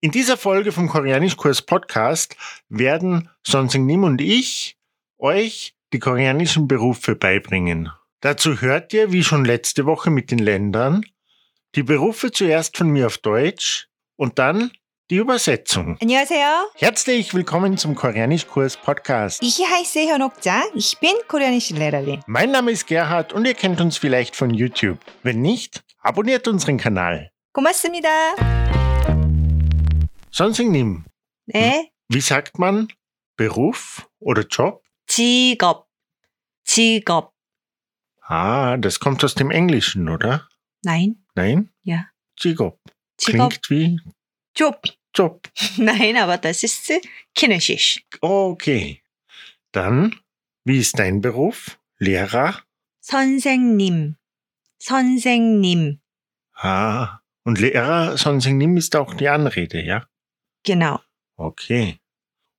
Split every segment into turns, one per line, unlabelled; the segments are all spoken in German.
In dieser Folge vom Koreanischkurs Podcast werden Sonsing Nim und ich euch die koreanischen Berufe beibringen. Dazu hört ihr, wie schon letzte Woche mit den Ländern, die Berufe zuerst von mir auf Deutsch und dann die Übersetzung.
안녕하세요.
Herzlich willkommen zum Koreanischkurs Podcast.
Ich heiße 현옥자. Ich bin koreanische Lehrerin.
Mein Name ist Gerhard und ihr kennt uns vielleicht von YouTube. Wenn nicht, abonniert unseren Kanal.
고맙습니다.
Sonsing Nim,
네.
wie sagt man Beruf oder Job?
직업. 직업.
Ah, das kommt aus dem Englischen, oder?
Nein.
Nein?
Ja.
Jigop.
직업.
Klingt wie
Job.
Job.
Nein, aber das ist Chinesisch.
Okay. Dann, wie ist dein Beruf? Lehrer?
선생님. 선생님.
Ah. Und Lehrer, sonst nimm ist auch die Anrede, ja?
Genau.
Okay.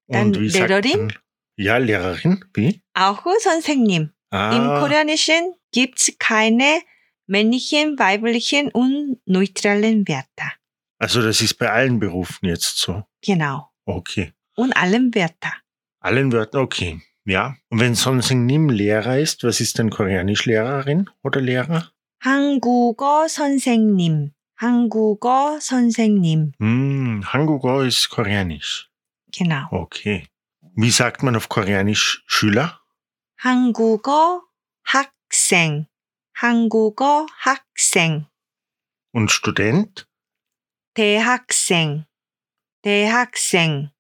Dann
sagt
Lehrerin?
man- Ja, Lehrerin. Wie?
auch 선생님.
Ah,
Im Koreanischen gibt's keine männlichen, weiblichen und neutralen Wörter.
Also das ist bei allen Berufen jetzt so.
Genau.
Okay.
Und allen Wörter.
Allen Wörtern, okay. Ja. Und wenn sonst nimm Lehrer ist, was ist denn Koreanischlehrerin oder Lehrer?
한국어 선생님, 한국어 선생님.
Hm, Hangugo ist Koreanisch.
Genau.
Okay. Wie sagt man auf Koreanisch Schüler?
한국어 학생, 한국어 학생,
Und Student?
대학생, 대학생.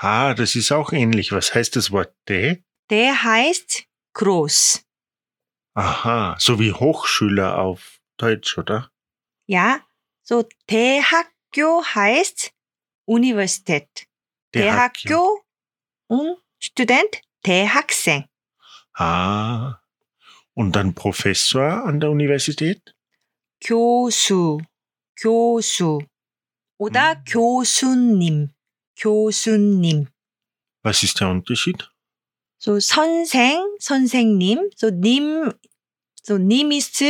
Ah, das ist auch ähnlich. Was heißt das Wort D?
Der heißt groß.
Aha, so wie Hochschüler auf Deutsch, oder?
Ja, so 대학교 heißt Universität. 대학교 und Student, 대학생.
Ah. Und dann Professor an der Universität?
교수, 교수. 오다
음.
교수님, 교수님.
Was ist der Unterschied?
So 선생, 선생님. So 님, so 님 ist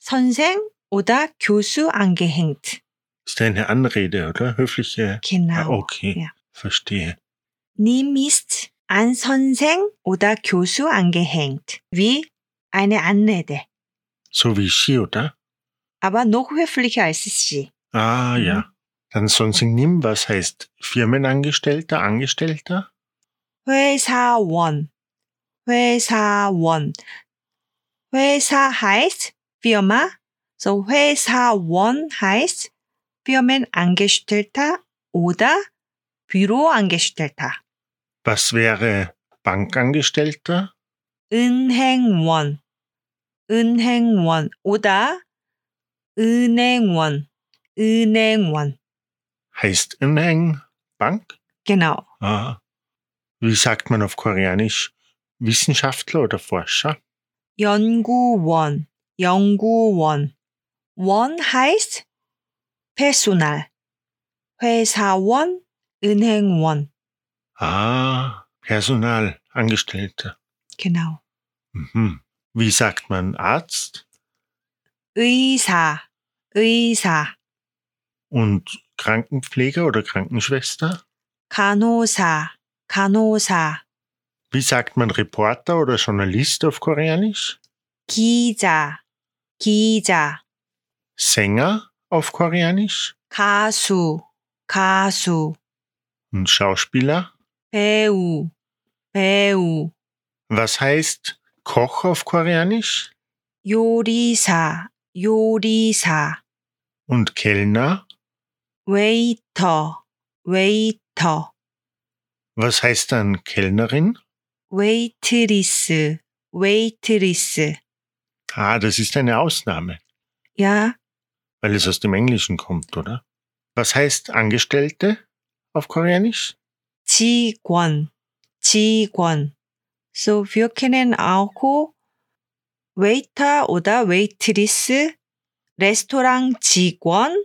선생 오다 교수 angehängt.
Ist eine Anrede, oder? Höfliche. Ah,
Genau.
okay.
Ja.
Verstehe.
님 ist an 선생 오다 교수 angehängt. Wie eine Anrede.
So wie Shi, oder?
Aber noch höflicher als sie.
Ah, ja. Dann sonst nimm, was heißt Firmenangestellter, Angestellter?
회사원, 회사원. 회사 heißt Firma. So 회사원 heißt Firmenangestellter oder Büroangestellter.
Was wäre Bankangestellter?
은행원, 은행원 oder 은행원, 은행원.
Heißt Inhang Bank?
Genau.
Ah. Wie sagt man auf Koreanisch Wissenschaftler oder Forscher?
연구원, 연구원. 원 heißt personal. 회사원, 은행원.
Ah, Personalangestellte.
Genau.
Mhm. Wie sagt man Arzt
의사, 의사.
und Krankenpfleger oder Krankenschwester?
간호사, 간호사.
Wie sagt man Reporter oder Journalist auf Koreanisch?
기자, 기자.
Sänger auf Koreanisch?
가수, 가수.
Und Schauspieler?
배우, 배우.
Was heißt Koch auf Koreanisch?
요리사, 요리사.
Und Kellner?
웨이터, 웨이터.
Was heißt dann Kellnerin?
웨이트리스, 웨이트리스.
Ah, das ist eine Ausnahme,
Ja,
weil es aus dem Englischen kommt, oder? Was heißt Angestellte auf Koreanisch?
직원, 직원. So, wir kennen auch Waiter oder Waitress, Restaurant 직원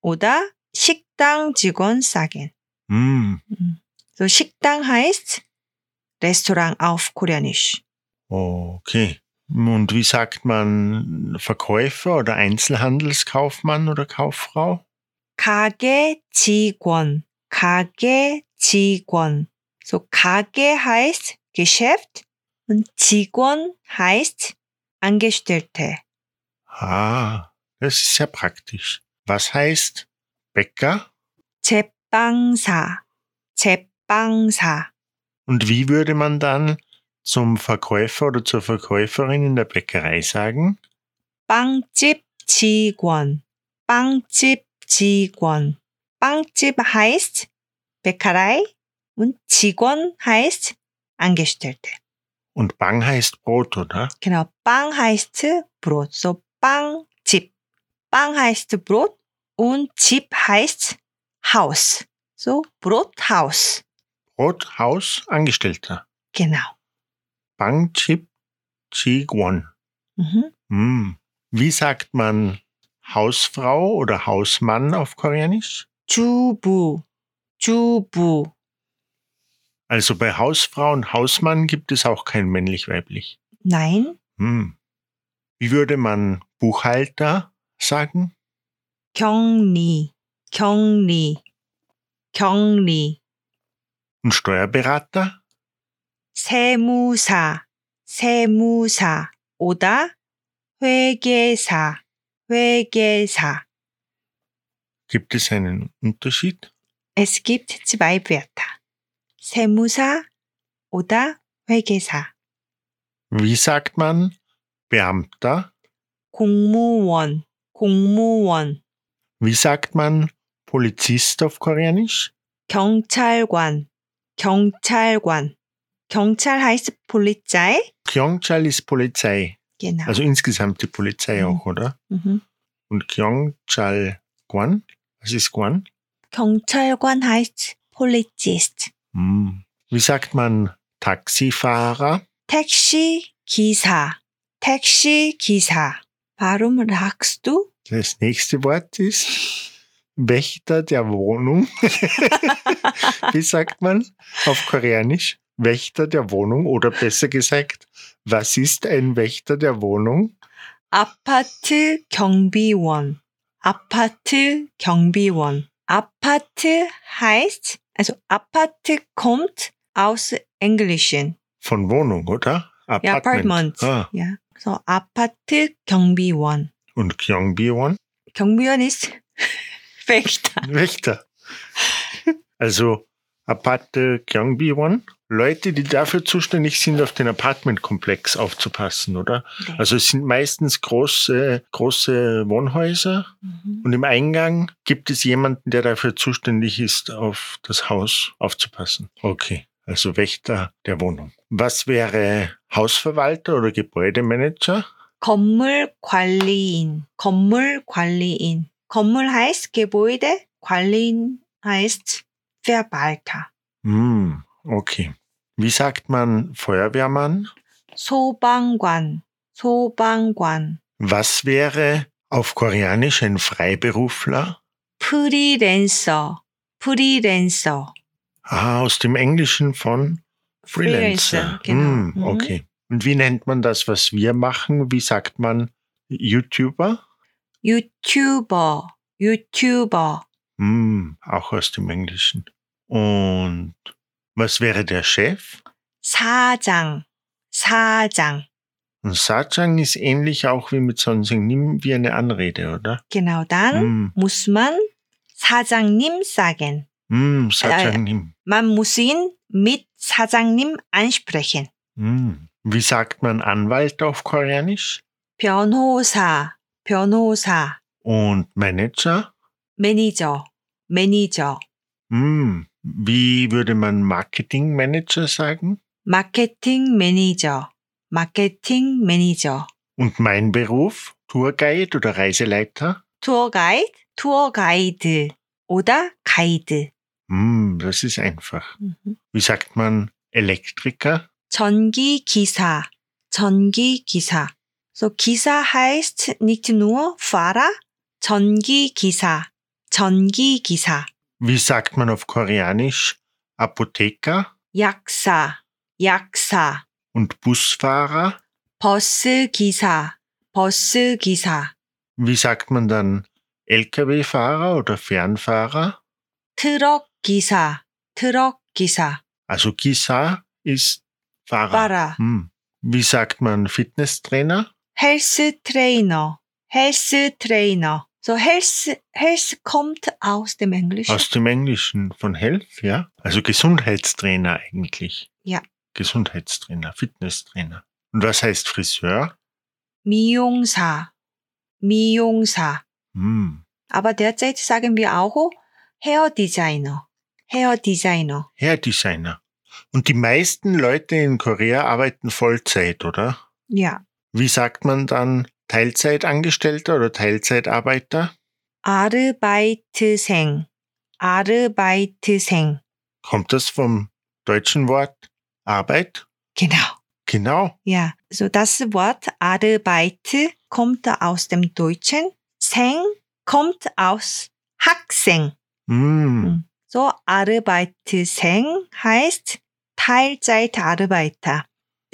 oder 식당 직원 sagen.
Hm,
So, 식당 heißt Restaurant auf Koreanisch.
okay. Und wie sagt man Verkäufer oder Einzelhandelskaufmann oder Kauffrau?
가게 직원, 가게 직원. So 가게 heißt Geschäft und 직원 heißt Angestellte.
Ah, das ist sehr praktisch. Was heißt Bäcker?
제빵사, 제빵사.
Und wie würde man dann zum Verkäufer oder zur Verkäuferin in der Bäckerei sagen?
빵집 직원, 빵집 직원. 빵집 heißt Bäckerei und 직원 heißt Angestellte.
Und Bang heißt Brot, oder?
Genau, 빵 heißt Brot, so 빵집. 빵 heißt Brot und 집 heißt Haus, so Brothaus.
Brot, Haus, Angestellter.
Genau.
Bang, Chip, Chi, Guan.
Mhm.
Hm. Wie sagt man Hausfrau oder Hausmann auf Koreanisch?
주부, 주부.
Also bei Hausfrau und Hausmann gibt es auch kein männlich-weiblich.
Nein,
Hm. Wie würde man Buchhalter sagen?
격리, 격리, 격리.
Und Steuerberater?
세무사, 세무사. 오다 회계사, 회계사.
Gibt es einen Unterschied?
Es gibt zwei Wörter. 세무사 oder 회계사.
Wie sagt man Beamter?
공무원, 공무원.
Wie sagt man Polizist auf Koreanisch?
경찰관, 경찰관. 경찰 heißt Polizei.
Kyongchal ist Polizei,
Genau.
also insgesamt die Polizei
Mhm.
auch, oder?
mhm.
Und Kyongchal Guan? Was ist Guan?
경찰관 heißt Polizist.
Hm. Wie sagt man Taxifahrer?
택시 기사, 택시 기사. 발음을 학수도
Das nächste Wort ist Wächter der Wohnung. Wie sagt man auf Koreanisch? Wächter der Wohnung oder besser gesagt, was ist ein Wächter der Wohnung?
아파트 경비원, 아파트 경비원. 아파트 heißt, also 아파트 kommt aus Englischen.
Von Wohnung, oder?
Ja,
Apartment.
apartment.
Ah,
Ja. So 아파트 경비원.
und Kyongbiwon?
경비원 ist Wächter.
Wächter. Also Aparte Kyongbiwon. Leute, die dafür zuständig sind, auf den Apartmentkomplex aufzupassen, oder? Also es sind meistens große, große Wohnhäuser.
Mhm.
Und im Eingang gibt es jemanden, der dafür zuständig ist, auf das Haus aufzupassen. Okay, also Wächter der Wohnung. Was wäre Hausverwalter oder Gebäudemanager?
건물 관리인, 건물 관리인. 건물 heißt Gebäude, 관리인 heißt Verwalter.
Hm, okay. Wie sagt man Feuerwehrmann?
소방관, 소방관.
Was wäre auf Koreanisch ein Freiberufler?
프리랜서, 프리랜서.
Ah, aus dem Englischen von Freelancer.
Freelancer, genau.
Hm,
Mhm.
okay. Und wie nennt man das, was wir machen? Wie sagt man YouTuber?
유튜버, 유튜버.
Hm, auch aus dem Englischen. Und was wäre der Chef?
사장, 사장.
Und Sajang ist ähnlich auch wie mit Sonsing Nim wie eine Anrede, oder?
Genau dann
Hm,
muss man 사장님 sagen.
hm, Sajang Nim.
Man muss ihn mit 사장님 ansprechen.
Hm. Wie sagt man Anwalt auf Koreanisch?
변호사, 변호사.
Und Manager?
매니저, 매니저.
Hm. Wie würde man Marketing Manager sagen?
마케팅 매니저, 마케팅 매니저.
Und mein Beruf? Tourguide oder Reiseleiter?
투어 가이드, 투어 가이드. 오다 가이드.
Hm, das ist einfach. Wie sagt man Elektriker?
전기 기사, 전기 기사. So 기사 heißt nicht nur Fahrer, 전기 기사, 전기 기사.
Wie sagt man auf Koreanisch Apotheker
약사, 약사.
und Busfahrer?
버스 기사, 버스 기사.
Wie sagt man dann Lkw-Fahrer oder Fernfahrer?
트럭 기사, 트럭 기사,
Also Gisa ist Fahrer.
바라,
Hm. Wie sagt man Fitnesstrainer?
헬스 트레이너, 헬스 트레이너. So 헬스, 헬스 kommt aus dem Englischen.
Aus dem Englischen von Health, ja? Also Gesundheitstrainer eigentlich.
Ja.
Gesundheitstrainer, Fitnesstrainer. Und was heißt Friseur?
미용사, 미용사.
Hm.
Aber derzeit sagen wir auch Hair Designer, Hair Designer.
Hairdesigner. Und die meisten Leute in Korea arbeiten Vollzeit, oder?
Ja.
Wie sagt man dann Teilzeitangestellter oder Teilzeitarbeiter?
아르바이트생, 아르바이트생.
Kommt das vom deutschen Wort Arbeit?
Genau.
Genau.
Ja, so das Wort Arbeit kommt aus dem Deutschen. Seng kommt aus Hackseng.
Hm.
So Arbeitseng heißt Teilzeitarbeiter.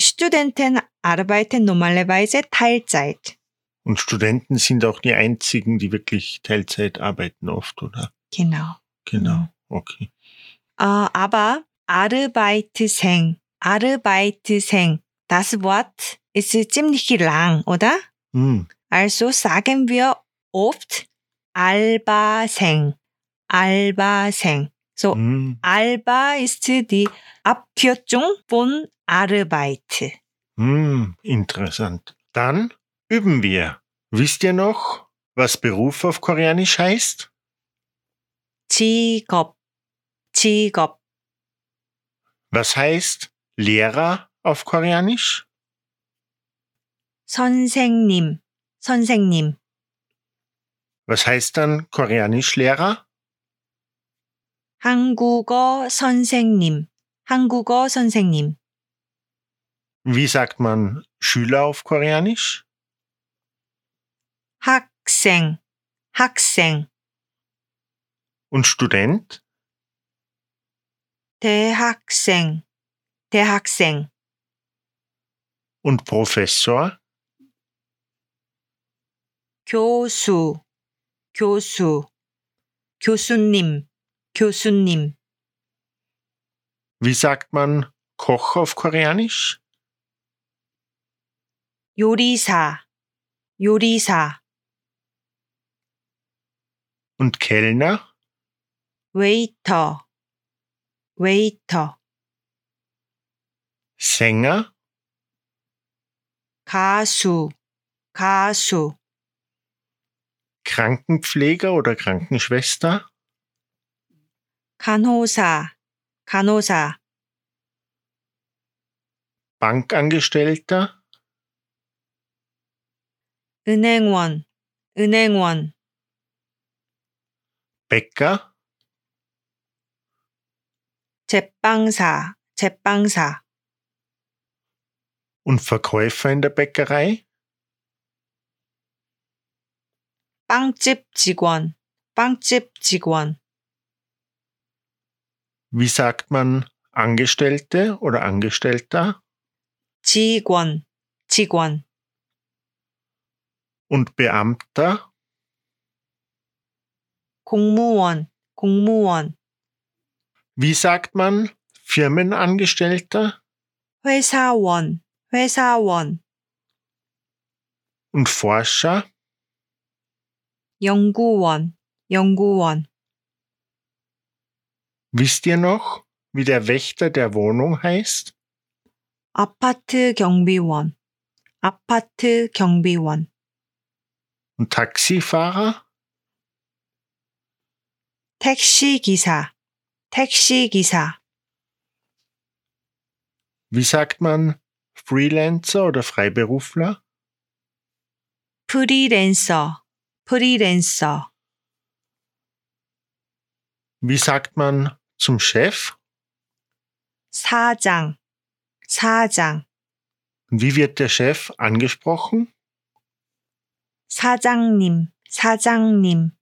Studenten arbeiten normalerweise Teilzeit.
Und Studenten sind auch die einzigen, die wirklich Teilzeit arbeiten oft, oder?
Genau.
Genau. Okay.
Äh, aber Arbeitseng, Arbeitseng, das Wort ist ziemlich lang, oder?
Hm.
Also sagen wir oft Alba생, Alba생. So,
Hm.
Alba ist die Abkürzung von Arbeit.
Hm. Interessant. Dann üben wir. Wisst ihr noch, was Beruf auf Koreanisch heißt?
직업, 직업,
Was heißt Lehrer auf Koreanisch?
선생님, 선생님,
Was heißt dann Koreanischlehrer?
한국어 선생님, 한국어 선생님,
Wie sagt man Schüler auf Koreanisch?
학생, 학생,
Und Student?
대학생, 대학생,
Und Professor?
교수, 교수, 교수님, 교수님,
Wie sagt man Koch auf Koreanisch?
요리사, 요리사,
Und Kellner?
웨이터, 웨이터,
Sänger?
가수, 가수,
Krankenpfleger oder Krankenschwester?
간호사, 간호사,
Bankangestellter?
은행원, 은행원,
Bäcker?
제빵사, 제빵사,
Und Verkäufer in der Bäckerei?
빵집 직원, 빵집 직원,
Wie sagt man Angestellte oder Angestellter?
직원, 직원,
Und Beamter?
공무원, 공무원,
Wie sagt man Firmenangestellter?
회사원, 회사원,
Und Forscher?
연구원, 연구원,
Wisst ihr noch, wie der Wächter der Wohnung heißt?
아파트 경비원, 아파트 경비원,
Und Taxifahrer?
택시 기사, 택시 기사,
Wie sagt man Freelancer oder Freiberufler?
프리랜서, 프리랜서,
Wie sagt man zum Chef?
사장, 사장,
Und wie wird der Chef angesprochen?
사장님, 사장님,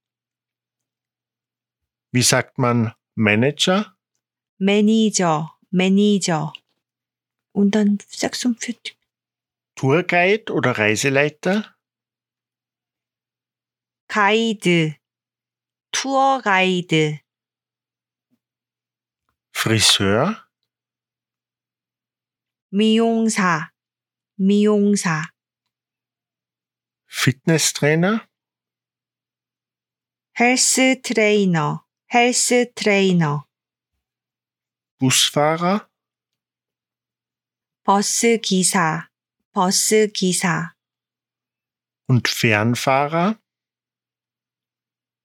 Wie sagt man Manager?
매니저, 매니저. Und dann 46.
Tourguide oder Reiseleiter?
가이드, Tourguide,
Friseur,
미용사, 미용사,
Fitnesstrainer,
헬스 트레이너, 헬스 트레이너,
Busfahrer,
버스 기사, 버스 기사,
und Fernfahrer,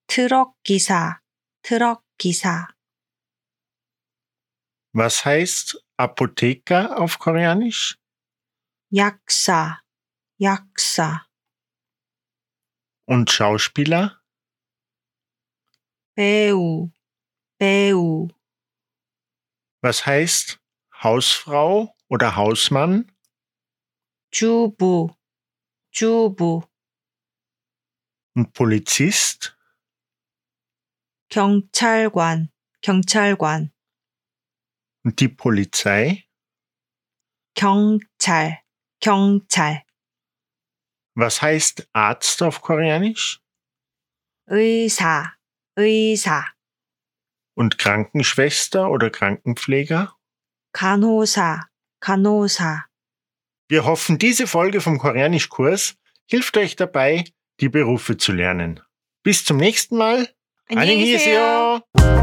트럭 기사, 트럭 기사,
was heißt Apotheker auf Koreanisch?
약사, 약사,
Und Schauspieler,
배우, 배우,
was heißt Hausfrau oder Hausmann?
주부, 주부,
Und Polizist,
경찰관, 경찰관,
und die Polizei,
경찰, 경찰,
was heißt Arzt auf Koreanisch?
의사, 의사,
Und Krankenschwester oder Krankenpfleger?
간호사, 간호사.
Wir hoffen, diese Folge vom Koreanischkurs hilft euch dabei, die Berufe zu lernen. Bis zum nächsten Mal. 안녕히 계세요.